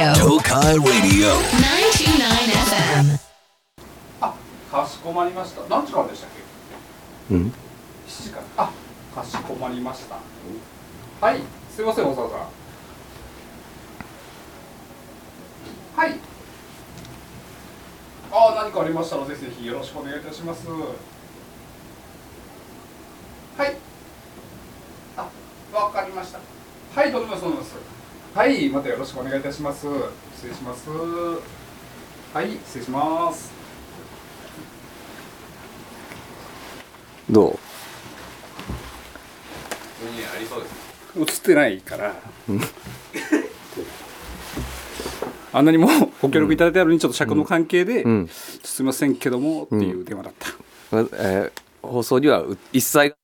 929 FM. Sky Radio. あ、かしこまりました。何時からでしたっけ？うん、 7時から。あ、かしこまりました。はい、すいません、大沢さん。はい。あ、何かありましたらぜひぜひよろしくお願いいたします。はい。あ、わかりました。はい、どうもそうです。はい、またよろしくお願いいたします。失礼します。はい、失礼します。ど映ってないからあんなにもご協力いただいたのにちょっと尺の関係で、う、うんすみませんけどもっていう電話だった、まえー放送にはう一切、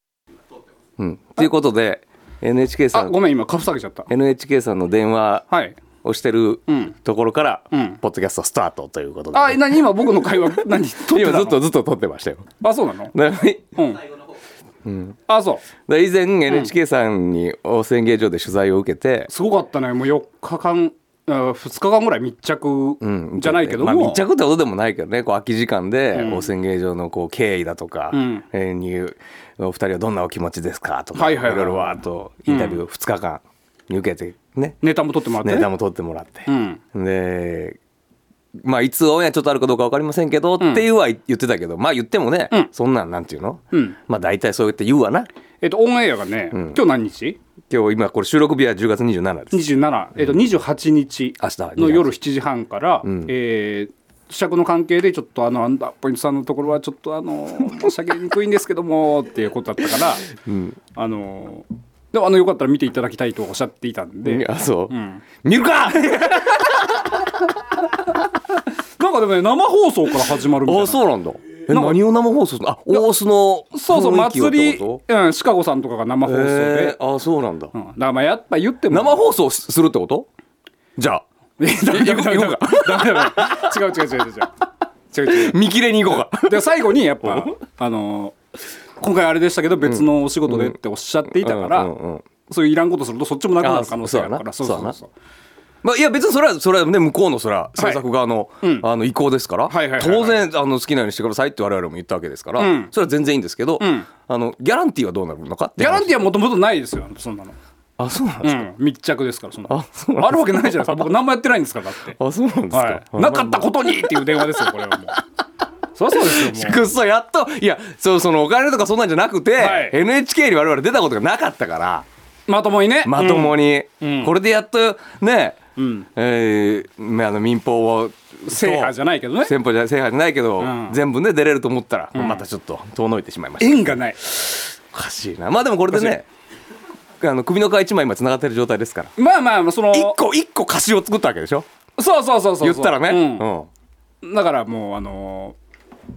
うん、ということで NHK さあごんめん今かぶ下げちゃった NHK さんの電話はいをしてるうんところから、うんポッドキャストスタートということで、あ何今僕の会話 何撮ってた今のずっとずっと撮ってましたよ。あそうなのだからうんうん、あそうだから以前 NHK さんに温泉芸場で取材を受けて、すごかったねもう4日間2日間ぐらい密着うん、じゃないけども、まあ、密着ってことでもないけどねこう空き時間でうん温泉芸場のこう経緯だとか、うんえーにお二人はどんなお気持ちですかとか、はいいはいはいろいろわーっとインタビュー2日間に受けてね、ネタも撮ってもらってねネタも撮ってもらってう、んでまあいつオンエアちょっとあるかどうか分かりませんけど、っていうは言ってたけどまあ言ってもね、うんそんなんなんていうの、うんまあ大体そうやって言うわなえっとオンエアがね、ん今日何日今日今これ収録日は10月27です。 27、えっと28日明日の夜7時半から、んえー、尺の関係でちょっとあのアンダーポイントさんのところはちょっとあ の申し上げにくいんですけどもっていうことだったから、あのでもあのよかったら見ていただきたいとおっしゃっていたんで、あそう、うん、見る かなんかでもね生放送から始まるみたいあなそうなんだえなんか何を生放送するのあ大須のそうそう雰囲気をっ祭てり、こうん、シカゴさんとかが生と放送で、へーあそうなんだ、うん、だからまあやっぱ言っても 生放送しするってことじゃあ送行こう行こうかダメダメ違う違う違う違う違う違う違う見切れに行こうかで最後にやっぱあの今回あれでしたけど別のお仕事でっておっしゃっていたから、うんうんうんそういういらんことするとそっちもなくなる可能性があるかあらそそううだそなうそうまあ、いや別にそれはそれはね向こうのそれは制作側の,、うんあの意向ですから、はいはいはいはい当然あの好きなようにしてくださいって我々も言ったわけですから、うんそれは全然いいんですけど、うんあのギャランティーはどうなるのかってギャランティーはもともとないですよそんなの、ィーあそうなんでうすか、ん、密着ですからそんなのあそうなんあるわけないじゃないですか僕何もやってないんですからだ って、あそうなんですか、はい、なかったことにっていう電話ですよこれは もうそりゃそうですよもうくっそやっといやそうそのお金とかそんなんじゃなくて、はい NHK に我々出たことがなかったからまともにねまともに、うんこれでやっとね、うんえーまあ、あの民放を制覇じゃないけどね先方じゃ制覇じゃないけど、うん全部ね出れると思ったら、またちょっと遠のいてしまいました縁がないおかしいなまあでもこれでねあの首の皮一枚今つながってる状態ですからまあまあその一個一個歌詞を作ったわけでしょそうそうそうそう言ったらね、うんうんだからもうあの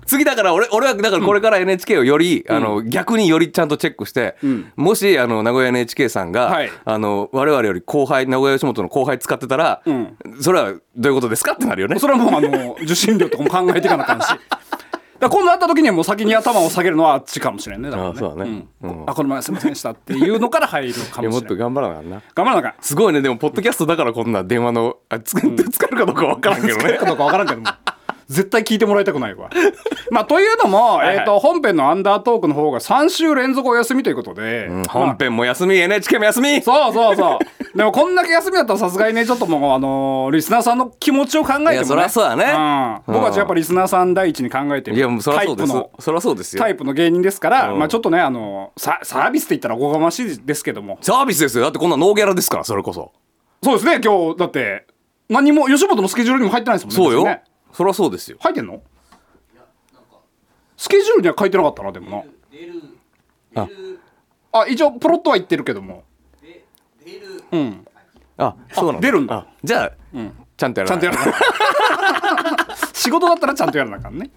次だから俺俺はだからこれから NHK をより、あの逆によりちゃんとチェックして、うんもしあの名古屋 NHK さんが、はいあの我々より後輩名古屋吉本の後輩使ってたら、うんそれはどういうことですかってなるよねそれはもうあの受信料とかも考えていかなあかんし。だから今度会った時にはもう先に頭を下げるのはあっちかもしれんね。だからあそうだねうんうんあこの前すみませんでしたっていうのから入るかいやももっしれとない。頑張らなあかんな頑張らなあかん。すごいねでもポッドキャストだからこんな電話のあつ、使えるかどうかわからんけど使えるねかどうかわからんけども。絶対聞いてもらいたくないわ。まあというのも、はいえっと本編のアンダートークの方が3週連続お休みということで、うんまあ本編も休み NHK も休みそうそうそう。でもこんだけ休みだったらさすがにね、ちょっともう、あのーリスナーさんの気持ちを考えても、ね。いやそりゃそうだねうん僕はやっぱりリスナーさん第一に考えてる。いやもうそりゃそうでタイすプのそりゃそうですよタイプの芸人ですから、うんまあちょっとね、あのーササービスって言ったらおこがましいですけども。サービスですよだってこんなノーギャラですからそれこそそうですね、今日、だって、何も、吉本のスケジュールにも入ってないですもんね。そうよ、別にねそりゃそうですよ入ってんのスケジュールには書いてなかったな、でもな。あ一応、プロットは言ってるけども。うん。あそうなんだ出るんだあじゃあ、ちゃんとやちゃらんなとやら なあかん仕事だったらちゃんとやらなあかんね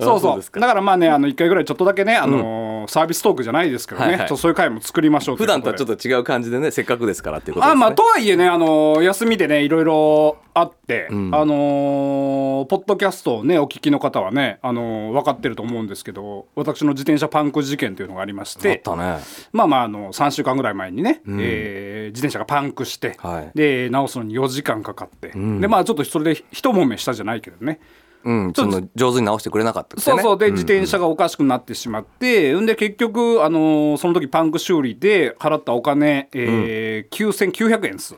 そうそそううですかだからまあねあの1回ぐらいちょっとだけねあのーのサービストークじゃないですけどね、はいちょはいっとそういう回も作りましょう普段とはちょっっと違う感じでねせっかくですからっていうことですあねまあとはいえねあの休みでねいろいろあって、あのーポッドキャストをねお聞きの方はねあのー分かってると思うんですけど私の自転車パンク事件というのがありましてあったねまあまああの3週間ぐらい前にね、えー自転車がパンクして、はいで直すのに4時間かかって、でまあちょっとそれで一揉めしたじゃないけどねうんその上手に直してくれなかったってねそうそうで自転車がおかしくなってしまって、ん、で結局、あのーその時パンク修理で払ったお金、えー9900円です、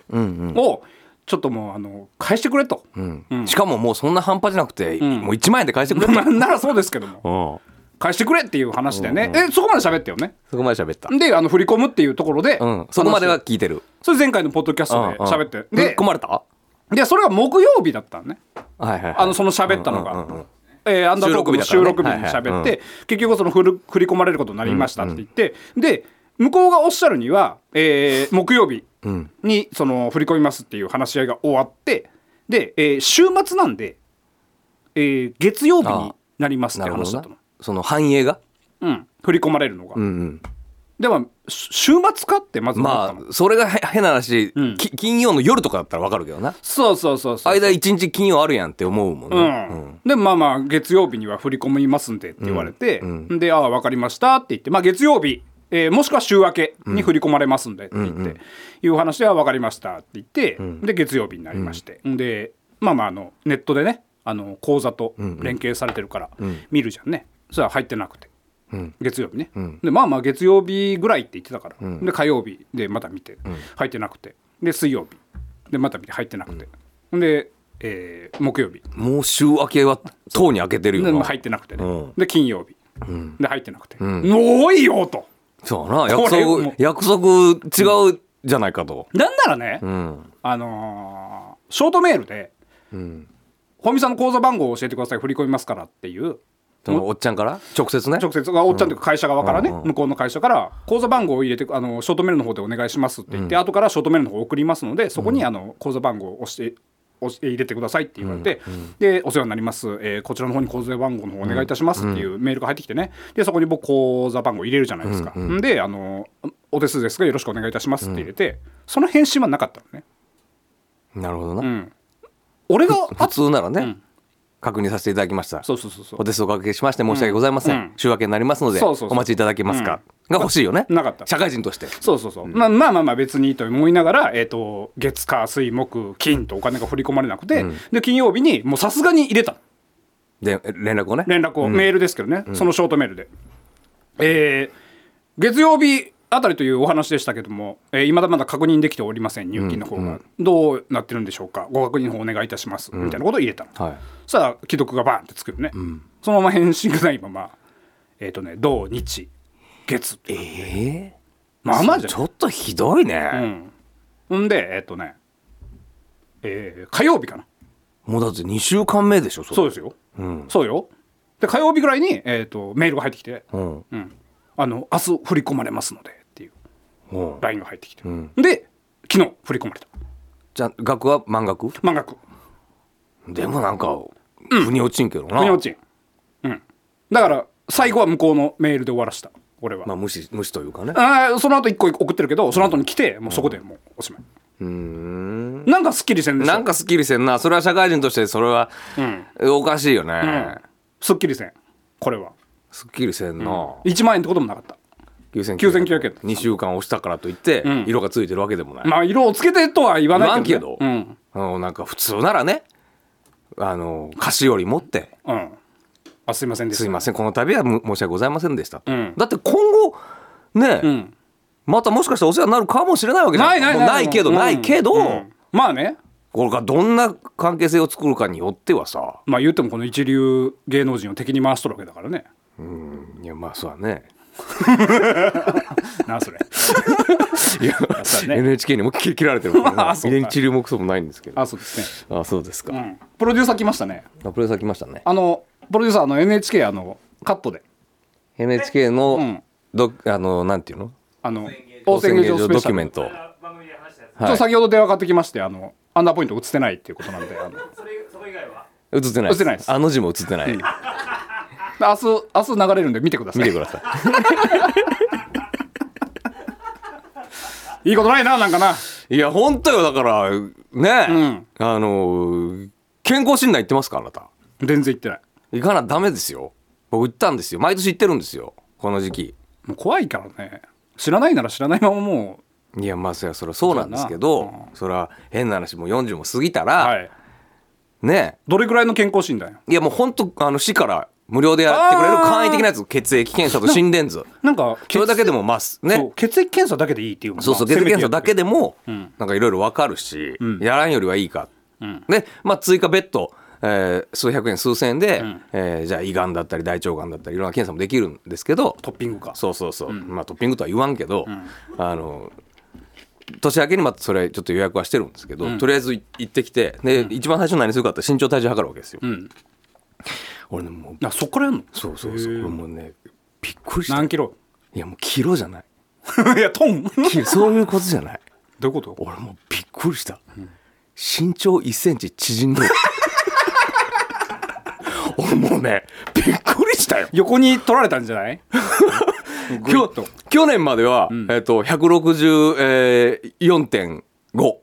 をちょっともうあの返してくれと、うんしかももうそんな半端じゃなくて、もう1万円で返してくれた、 なならそうですけどもそ返してくれっていう話でね、えそこまで喋ったよねこまで喋った、であの振り込むっていうところで、うん、そこまでは話を聞いてるそれ前回のポッドキャストで喋って、でで込まれたはでそれが木曜日だったのねいはい、はい、あのその喋ったのが、えーアンダートークの収収録録日日に喋だからねって、はいはい結局その振る振り込まれることになりましたって言って、で向こうがおっしゃるには、えー木曜日にその振り込みますっていう話し合いが終わってで、えー週末なんで、えー月曜日になりますっなてるほ話だどったのな、その反映がうん、振り込まれるのが、うんうんではし週末かってまず思ったまの、あそれがへ変な話、んき金曜の夜とかだったらわかるけどなそうそうそうそう間一日金曜あるやんって思うもんね、うん、でまあまあ月曜日には振り込みますんでって言われて、で「ああ分かりました」って言って、まあ、月曜日、えーもしくは週明けに振り込まれますんでって言って、いう話では分かりましたって言って、で月曜日になりまして、でまあまああのネットでねあの口座と連携されてるから見るじゃんね、それは入ってなくて。月曜日ね、でまあまあ月曜日ぐらいって言ってたから、で火曜日でまた見て入ってなくてで水曜日でまた見て入ってなくて、で、えー木曜日もう週明けはとうに明けてるよでな入ってなくてね、うんで金曜日、で入ってなくて「おいよ!」とそうやなこ約れも束う約束違うじゃないかと、なんならね、うん、あのーショートメールで「本見さんの口座番号を教えてください振り込みますから」っていうそのおっちゃんから直接ね直接あおっちゃんというか会社側からね、うんうん向こうの会社から口座番号を入れてあのショートメールの方でお願いしますって言って、後からショートメールの方を送りますのでそこにあの口座番号を押して。押して入れてくださいって言われて、でお世話になります、えーこちらの方に口座番号の方お願いいたしますっていうメールが入ってきてねでそこに僕口座番号入れるじゃないですか、んであの「お手数ですがよろしくお願いいたします」って入れて、その返信はなかったのねなるほどな、俺があ普通ならね、ん確認させていただきましたそうそうそうそうお手数おかけしまして申し訳ございません、うん週明けになりますのでそうそうそうお待ちいただけますか、が欲しいよねなかった社会人としてそうそうそう、まあまあまあまあ別にいいと思いながら、えー、と月火水木金とお金が振り込まれなくて、で金曜日にもうさすがに入れたので連絡をね連絡を、メールですけどね、そのショートメールで、えー月曜日あたりというお話でしたけども、えー、未だまだ確認できておりません入金の方が、どうなってるんでしょうかご確認の方お願いいたします、みたいなことを入れたの、はいさあ既読がバーンってつくよね、そのまま返信がないままえっ、とね土日月ええまあまあじゃんちょっとひどいうんね、んでえっとねえー火曜日かなもうだって2週間目でしょそそううですよ、そうよで火曜日ぐらいに、えー、とメールが入ってきて「うんうん、あの明日振り込まれますので」っていううん LINE が入ってきて、で昨日振り込まれたじゃあ額は満額満額でもなんか腑に落ちんけどな、腑に落ちん、うん、だから最後は向こうのメールで終わらした俺は、まあ無視無視というかねあーその後一個送ってるけどその後に来てもうそこでもうおしまいうんなんかすっきりせんでしょなんかすっきりせんなそれは社会人としてそれは、おかしいよね、すっきりせんこれはすっきりせんな、 1万円ってこともなかった9900円2週間押したからといって、色がついてるわけでもない、まあ色をつけてとは言わないけど、ね、言わうんあのなんか普通ならねあの菓子より持ってうんあすいませんで「したすいませんこの度はむ申し訳ございませんでしたと」んだって今後ね、んまたもしかしたらお世話になるかもしれないわけじゃんないないもうないけど、うんないけど、うんまあねこれがどんな関係性を作るかによってはさまあ言ってもこの一流芸能人を敵に回しとるわけだからねいやまあそう だねなあそ れいやそうだね NHK にも切られてるか あらそうかね一流もクソもないんですけどあそうですあそうですか、ね、うん、プロデューサー来ましたねあプロレス来ましたねあのプロデューサーあの NHK あのカットで NHK の、んどあのなんていうのあの当応選戦劇劇場スドペキシュャメンルト、番組で話したやつ、ちょっとは先ほど電話かかってきましてあのアンダーポイント映って 、ないっていうことなんであのそれそれ以外はい映ってない映ってないですあの字も映ってない、明日明日流れるんで見てくださ見いてくださいいいことないななんかないや本当よだからね、んあの健康診断行ってますかあなた全然言ってない行かなダメですよ僕行ったんですよ毎年行ってるんですよこの時期もう怖いからね知らないなら知らないままもいやまあそりゃそりゃそうなんですけどそりゃ変な話もう40も過ぎたらう、、はい、ねどれぐらいの健康診断よいやもう本当あの市から無料でやってくれる簡易的なやつ血液検査と 心電図なんかそれだけでもまあすねそう血液検査だけでいいっていうもんなそうそう、血液検査だけでも、んなんかいろいろわかるし、んやらんよりはいいか。うんで、まあ追加別途、えー数百円、数千円で、んえーじゃあ胃がんだったり大腸がんだったりいろんな検査もできるんですけど、トッピングかそうそうそう、まあトッピングとは言わんけど、あの、年明けにまたそれちょっと予約はしてるんですけど、とりあえずい行ってきて、で、一番最初に何するかって身長体重測るわけですよ。ん俺ね、もう、あそっからやんのそうそうそう、俺もうね、びっくりした。何いキロ やもうキロじゃない。いやトン どキロそういうことじゃない。ういうこと俺もうびっくりした、身長1センチ縮ん でる俺もうねびっくりしたよ横に取られたんじゃないぐい去っと去年までは、えっと164.5、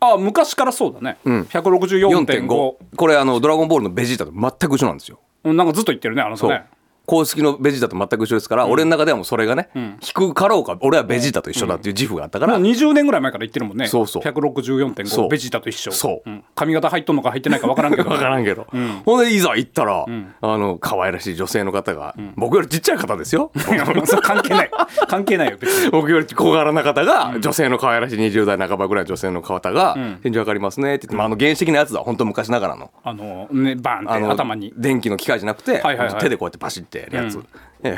あ昔からそうだね、ん164.5 4.5これあの「ドラゴンボール」のベジータと全く一緒なんですようんなんかずっと言ってるねあの人そう、ね公式のベジータと全く一緒ですから、俺の中ではもうそれがね、低かろうか俺はベジータと一緒だっていう自負があったから、もう20年ぐらい前から言ってるもんねそうそうそ164.5うベジータと一緒そうん髪型入っとんのか入ってないか分からんけど分からんけど、ほんでいざ行ったら、あの可愛らしい女性の方が、僕よりちっちゃい方ですよ いやもうそれ関係ない関係ないよ別に僕より小柄な方が、女性の可愛らしい20代半ばぐらいの女性の方が「天井上がりますね」って言って、まあ、あの原始的なやつだ本当昔ながらのあのねバーンあっての頭に電気の機械じゃなくて、はいはいはい手でこうやってパシってやるやつ、え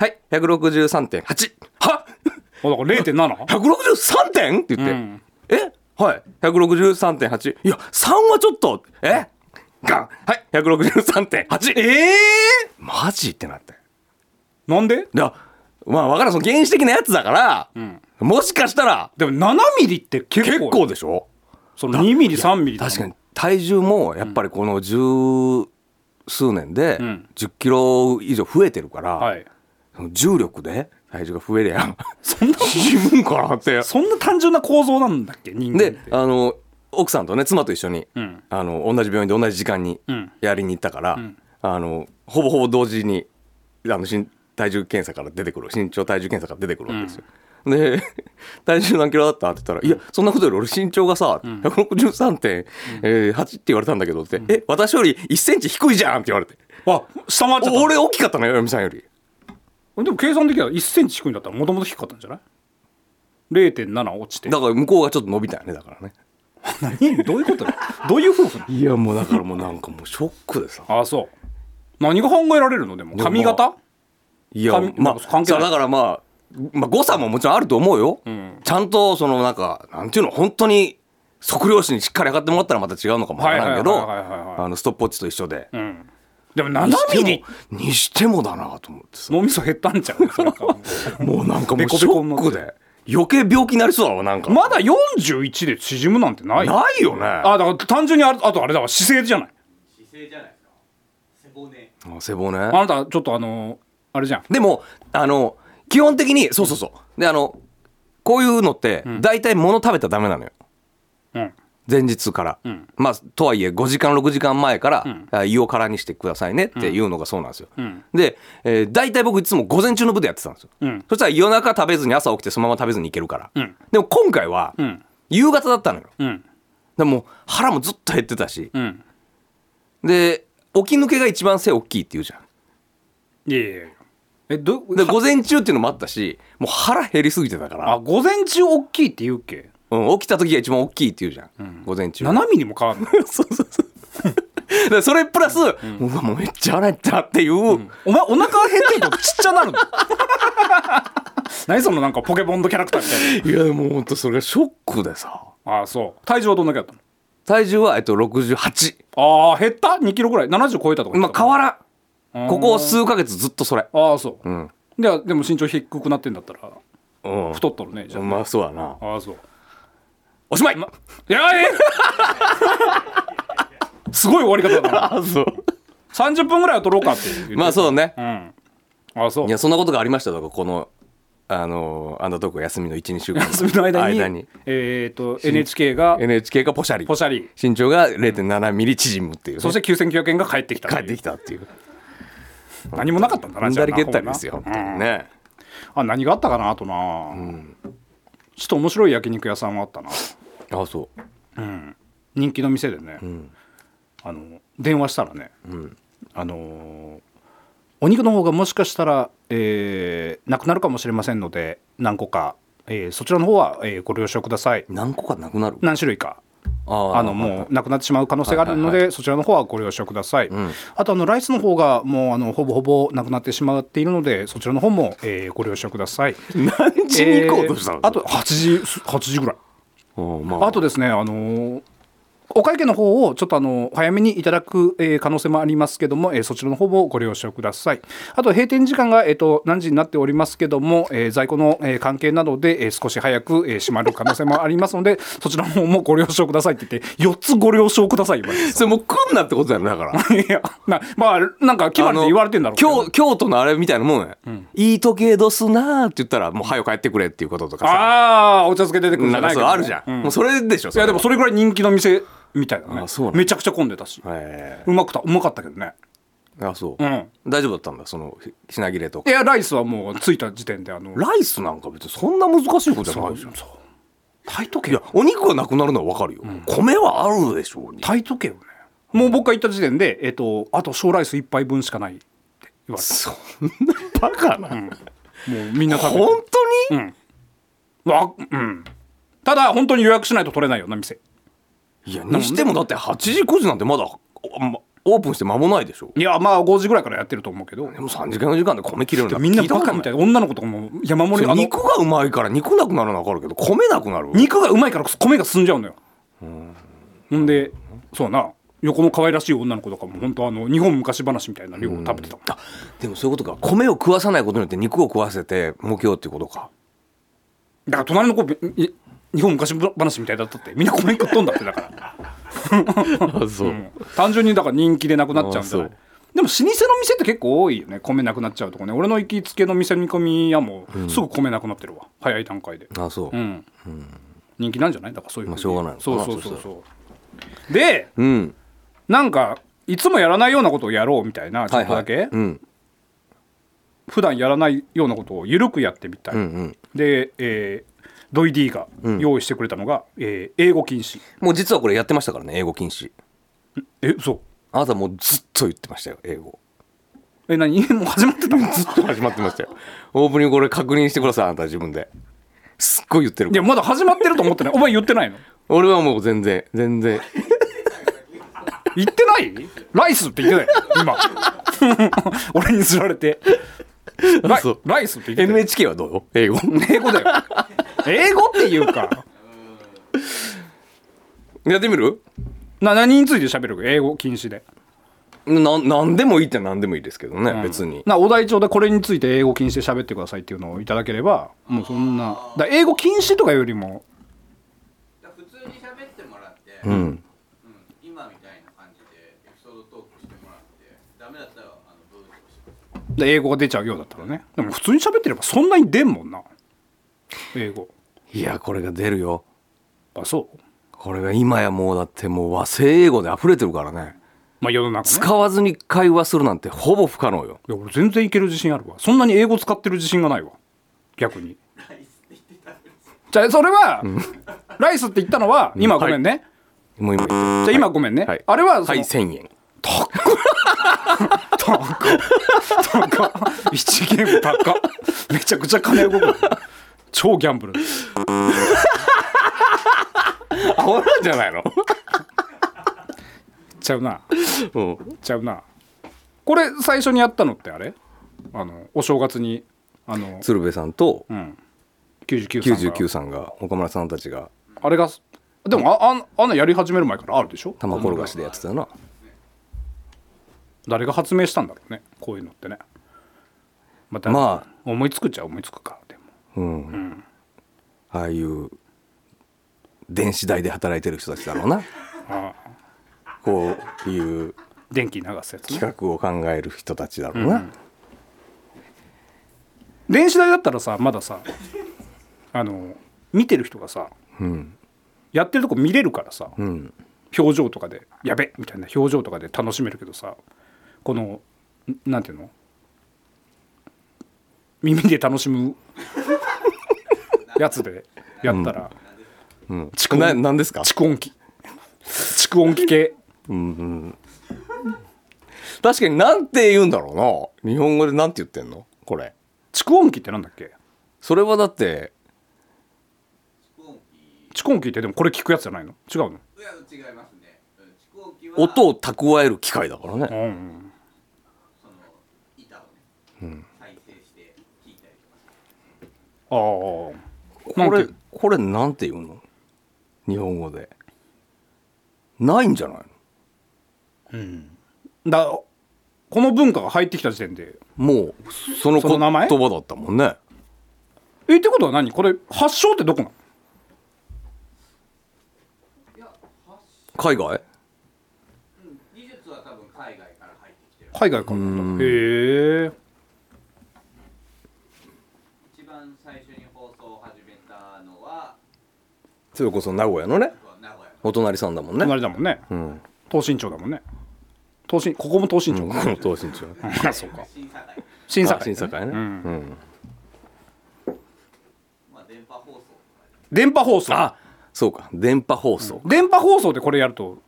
えはい163.8あはだから 0.7? 163点って言って、えはい163.8いや3はちょっとえガンはい163.8ええマジってなってなんでだまあ分からんその原始的なやつだから、もしかしたらでも7ミリって結構結構でしょその2ミリ3ミリだもん確かに体重もやっぱりこの十数年でん10キロ以上増えてるから、はいその重力で体重が増えりゃ そんな縮むんかなってそんな単純な構造なんだっけ人間っでてあの奥さんとね妻と一緒に、んあの同じ病院で同じ時間にうんやりに行ったから、あのほぼほぼ同時にあの身体重検査から出てくる身長体重検査から出てくるわけですよ。で 体重何キロだったって言ったら「いやそんなことより俺身長がさ、163.8って言われたんだけど」って「え私より1センチ低いじゃん」って言われてあ下回っ「ちゃったお俺大きかったのよ嫁さんより」でも計算できれば1センチ低いんだったらもともと低かったんじゃない ?0.7 落ちてだから向こうがちょっと伸びたよねだからね何どういうことよどういう夫婦なのいやもうだからもうなんかもうショックでさああそう何が考えられるのでもでも髪型、いや関まあ関係そないうだからまあ、まあ、誤差ももちろんあると思うよ、んちゃんとそのなんかなんていうの本当に測量士にしっかり測ってもらったらまた違うのかもわからんけはどいはいはいはいはいあのストップウォッチと一緒で、うん、でもに7ミしてリもにしてもだなと思ってさ脳みそ減ったんちゃうそれ かもうなんかもベうコシベョコになってックで余計病気になりそうだわなんか、まだ41で縮むなんてないないよねああだから単純にああとあれだわ姿勢じゃない背骨あなたちょっとあのあれじゃんでもあの基本的にそうそうそうであのこういうのって大体物食べたらダメなのよ、うん前日から、んまあとはいえ5時間6時間前から、んあ胃を空にしてくださいねっていうのがそうなんですよ、うんで、えー大体僕いつも午前中の部でやってたんですよ、うんそしたら夜中食べずに朝起きてそのまま食べずに行けるから、うんでも今回はうん夕方だったのようんでもう腹もずっと減ってたし、うんで起き抜けが一番背大きいって言うじゃんいやいやいやえどで午前中っていうのもあったしもう腹減りすぎてたからあ午前中大きいって言うっけうん、起きた時が一番大きいって言うじゃん、午前中7ミリも変わんないそうそうそうだからそれプラス、うわもうめっちゃ腹減ったっていう、 お前お腹減ってるとちっちゃなるの 何そのなんかポケモンのキャラクターみたいないやもうほんとそれがショックでさああそう体重はどんだけだったの体重は、えっと、68ああ減った2キロぐらい70超えたとか言まってあた変わらうんんここ数ヶ月ずっとそれああそう、んではでも身長低くなってんだったらうん太っとるねじゃあ、まあそうだなああそうおしまい、 いやええすごい終わり方だなあそう30分ぐらいは撮ろうかって言ってたまあそうねうんあそういやそんなことがありましただからこのあのアンダートーク休みの12週間 の休みの間にえっ、と NHK が NHK がポシャリポシャリ身長が0 7ミリ縮むっていうね、そして9900円が返ってきた帰ってきたっていう何もなかったんだなうんじゃあだりなけったりですよほぼ本当なにねあ何があったかなあとな、ちょっと面白い焼肉屋さんはあったなあそう人気の店でね、あの電話したらね、あのーお肉の方がもしかしたら、えーなくなるかもしれませんので何個か、えーそちらの方は、えーご了承ください何個かなくなる何種類かあーあのもうなくなってしまう可能性があるので、はいはいそちらの方はご了承ください、んあとあのライスの方がもうあのほぼほぼなくなってしまっているのでそちらの方も、えーご了承ください何時に行こうとしたの、えーあと8時8時ぐらいうんまああとですね、あのーお会計の方をちょっとあの早めにいただく、えー可能性もありますけども、えーそちらの方もご了承ください。あと閉店時間が、えー、と何時になっておりますけども、えー在庫の、えー関係などで、えー少し早く、えー閉まる可能性もありますので そちらの方もご了承くださいって言って4つご了承ください言われてそれもう来んなってことだよね だからいやなまあなんか決まりで言われてんだろうけどあの京京都のあれみたいなもんや、いい時計どすなーって言ったらもう早く帰ってくれっていうこととかさああお茶漬け出てくるんじなゃんなかいけそうどあるじゃん、うもうそれでしょいやでもそれぐらい人気の店みたいだねあそうなのめちゃくちゃ混んでたし、えうまくたうまかったけどねあそう、うん大丈夫だったんだそのひ品切れといかやライスはもう着いた時点であのライスなんか別にそんな難しいことじゃないですよ体時いや計お肉がなくなるのは分かるよ、米はあるでしょうに体時計よねもう僕が行った時点で、えっと、あと小ライス一杯分しかないって言われそんな バカな、てもうみんな食べて本当に、わうんただ本当に予約しないと取れないような店いやにしてもだって8時9時なんてまだおまオープンして間もないでしょいやまあ5時ぐらいからやってると思うけどでも3時間4時間で米切れるんだみんなバカみたいいな女の子とかも山盛りあの肉がうまいから肉なくなるのは分かるけど米なくなる肉がうまいから米が進んじゃうのよほんでそうな横の可愛らしい女の子とかも本当あの日本昔話みたいな量を食べてたもんあでもそういうことか米を食わさないことによって肉を食わせて儲けようっていうことかだから隣の子べい日本昔話みたいだったってみんな米食っとんだってだからあそう、単純にだから人気でなくなっちゃうんじゃないあそうでも老舗の店って結構多いよね米なくなっちゃうとこね俺の行きつけの店見込み屋もすぐ米なくなってるわ、早い段階であそううん、人気なんじゃないだからそういうふにまあしょうがないのかそうなそうそうそそうでうんなんかいつもやらないようなことをやろうみたいなちょっとだけ、うん普段やらないようなことを緩くやってみたい、うんうんで、えードイディが用意してくれたのが、えー英語禁止もう実はこれやってましたからね英語禁止えそうあなたもうずっと言ってましたよ英語え何 もう始まってたのずっと始まってましたよ オープニングこれ確認してくださいあなた自分ですっごい言ってるいかやらまだ始まってると思ってないお前言ってないの俺はもう全然全然言ってないライスって言ってない今 俺に釣られてライそうライスって言ってない NHK はどうよ英語英語だよ英語っていうか やってみるな何について喋る英語禁止で、な何でもいいって何でもいいですけどね、別になお題帳でこれについて英語禁止で喋ってくださいっていうのをいただければもうそんなだ英語禁止とかよりもだから普通に喋ってもらって、うんうん今みたいな感じでエピソードトークしてもらってダメだったらあのブーとかしてだ英語が出ちゃうようだったらねでも普通に喋ってればそんなに出んもんな英語いやこれが出るよあそうこれが今やもうだってもう和製英語で溢れてるからねまあ世の中ね使わずに会話するなんてほぼ不可能よいや俺全然いける自信あるわそんなに英語使ってる自信がないわ逆にじゃあそれは、ライスって言ったのは今うんごめんね、もう今言っじてゃあ今ごめんね、はいあれはそはいの、 1000円高っ高っ一ゲーム高っめちゃくちゃ金動く超ギャンブルあほらじゃないのちゃうな うんちゃうなこれ最初にやったのってあれあのお正月にあの鶴瓶さんとうん99さんが99さんが岡村さんたちがあれがでもあああんなやり始める前からあるでしょ玉転がしでやってたよな誰が発明したんだろうねこういうのってねまた、まあ思いつくっちゃ思いつくかでもうん、ああいう 電子代で働いてる人たちだろうなあこういう電気流すやつ、ね、企画を考える人たちだろうな、電子代だったらさまださあの見てる人がさ、やってるとこ見れるからさ、ん表情とかで「やべ!」みたいな表情とかで楽しめるけどさこのんなんていうの耳で楽しむやつでやったらうんななんですか蓄音機蓄音機系確かになんて言うんだろうな日本語でなんて言ってんのこれ蓄音機ってなんだっけそれはだって蓄音機蓄音機ってでもこれ聞くやつじゃないの違うのいや違いますねうん蓄音機は音を蓄える機械だからうねんその板をね、再生して聞いたりとかああこなれんてこれなんて言うの日本語でないんじゃないのだこの文化が入ってきた時点でもうそのその言名前葉だったもんねえってことは何これ発祥ってどこなの海外技術は多分海外から入ってきてる海外からなんだへえ一番最初に放送を始めたのはそれこそ名古屋のね名古屋のお隣さんだもんね隣だもんねうん等身長だもんね等身ここも等身長だこの等身長 あそうか審査会審査あ会審査会ねうんうんまあ電波放送とかで電波放送あそうか電波放送電波放送でこれやると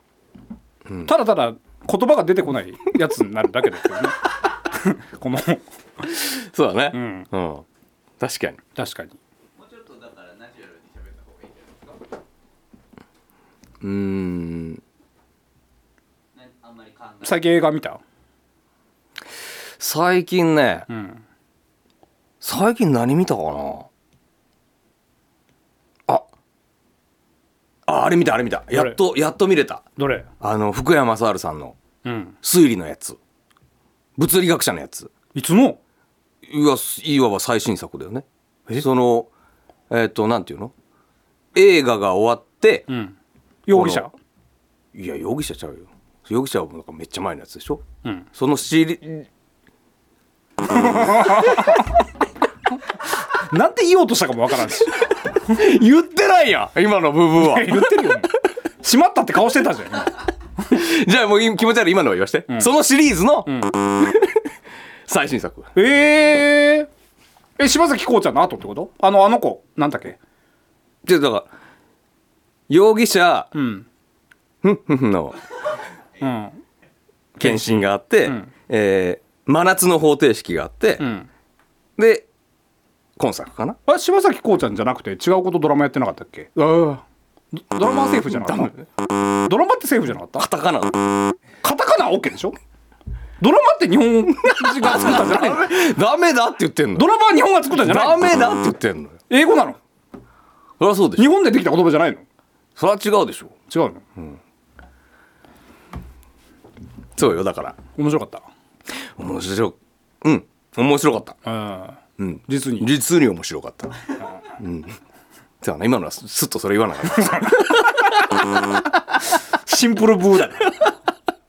ただただ言葉が出てこないやつになるだけですよね このそうだうねんうん確かに確かにもうちょっとだからナチュラルに喋った方がいいんじゃないですかうーんなあんまり考え最近映画見た最近ねうん最近何見たかなあああれ見たあれ見たやっとやっと見れたどれあの福山雅治さんのうん推理のやつ物理学者のやついつのいわいわば最新作だよねそのえっ、となんていうの映画が終わって、うん容疑者いや容疑者ちゃうよ容疑者はもうなんかめっちゃ前のやつでしょうんそのシリ なんて言おうとしたかもわからんし言ってないやん今の部分は言ってるよしまったって顔してたじゃん今 じゃあもう今気持ち悪い今のは言わして、そのシリーズの、 最新作えー、え柴咲コウちゃんの後ってことあのあの子なんだっけちょっとだから容疑者うんのうん検診があって、んえー真夏の方程式があって、うんで今作かなあれ柴咲コウちゃんじゃなくて違うことドラマやってなかったっけあドラマはセーフじゃなかったドラマってセーフじゃなかったカタカナカタカナは OK でしょドラマって日本が作ったんじゃないのダメだって言ってんのドラマは日本が作ったんじゃないダのメだって言ってんのよ英語なのそりゃそうでし日ょ本でできた言葉じゃないのそりゃ違うでしょ違うのそうよだから面白かっ面白いうん面白かったたううんん実に実に面白かったうんそうだね今のはすすっとそれ言わなかったシンプルブーだ ね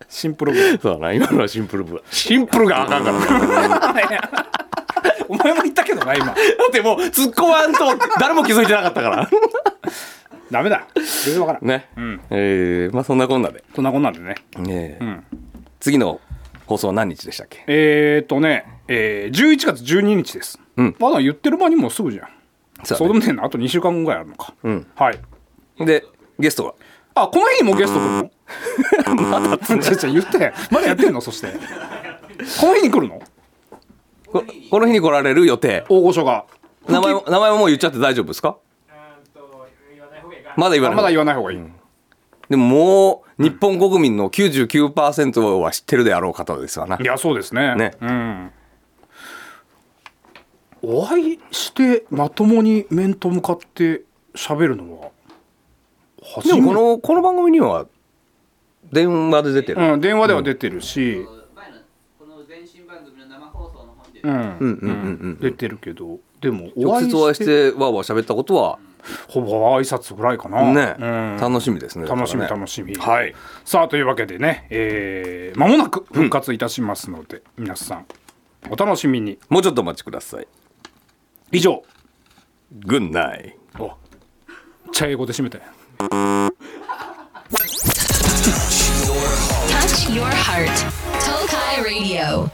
シンプルブーそうだな今のはシンプルブシンプルがあかんからねだお前も言ったけどな今ってもう突っ込まんと 誰も気づいてなかったからダメだ全然わからん ね、えーまあそんなこんなで、そんなこんなんでねえー次の放送は何日でしたっけえー、っとね、えー、11月12日です、うんまだ言ってる間にもうすぐじゃんそそうだねうでもねえなあと2週間ぐらいあるのか、んはいでゲストはあこの日にもうゲスト来るの まだちょちょ言ってまだやってんのそしてこの日に来るのここの日に来られる予定大御所が名前も名前ももう言っちゃって大丈夫ですかまだ言わあないまだ言わない方がいい、でももう日本国民の99%は知ってるであろう方ですわないやそうですねねうんお会いしてまともに面と向かって喋るのは初でめてもこのこの番組には電話で出てる、うん、電話では出てるし、前のこの前身番組の生放送の本で、うんうんうんうんうん出てるけどでも直接お会いしてわーわー喋ったことはほぼ挨拶ぐらいかなね、うん楽しみですね楽しみだからね楽しみ、はいさあというわけでねえー、間もなく復活いたしますので、皆さんお楽しみにもうちょっとお待ちください以上グッナイお茶英語で締めたよ Touch your heart. Tokai Radio.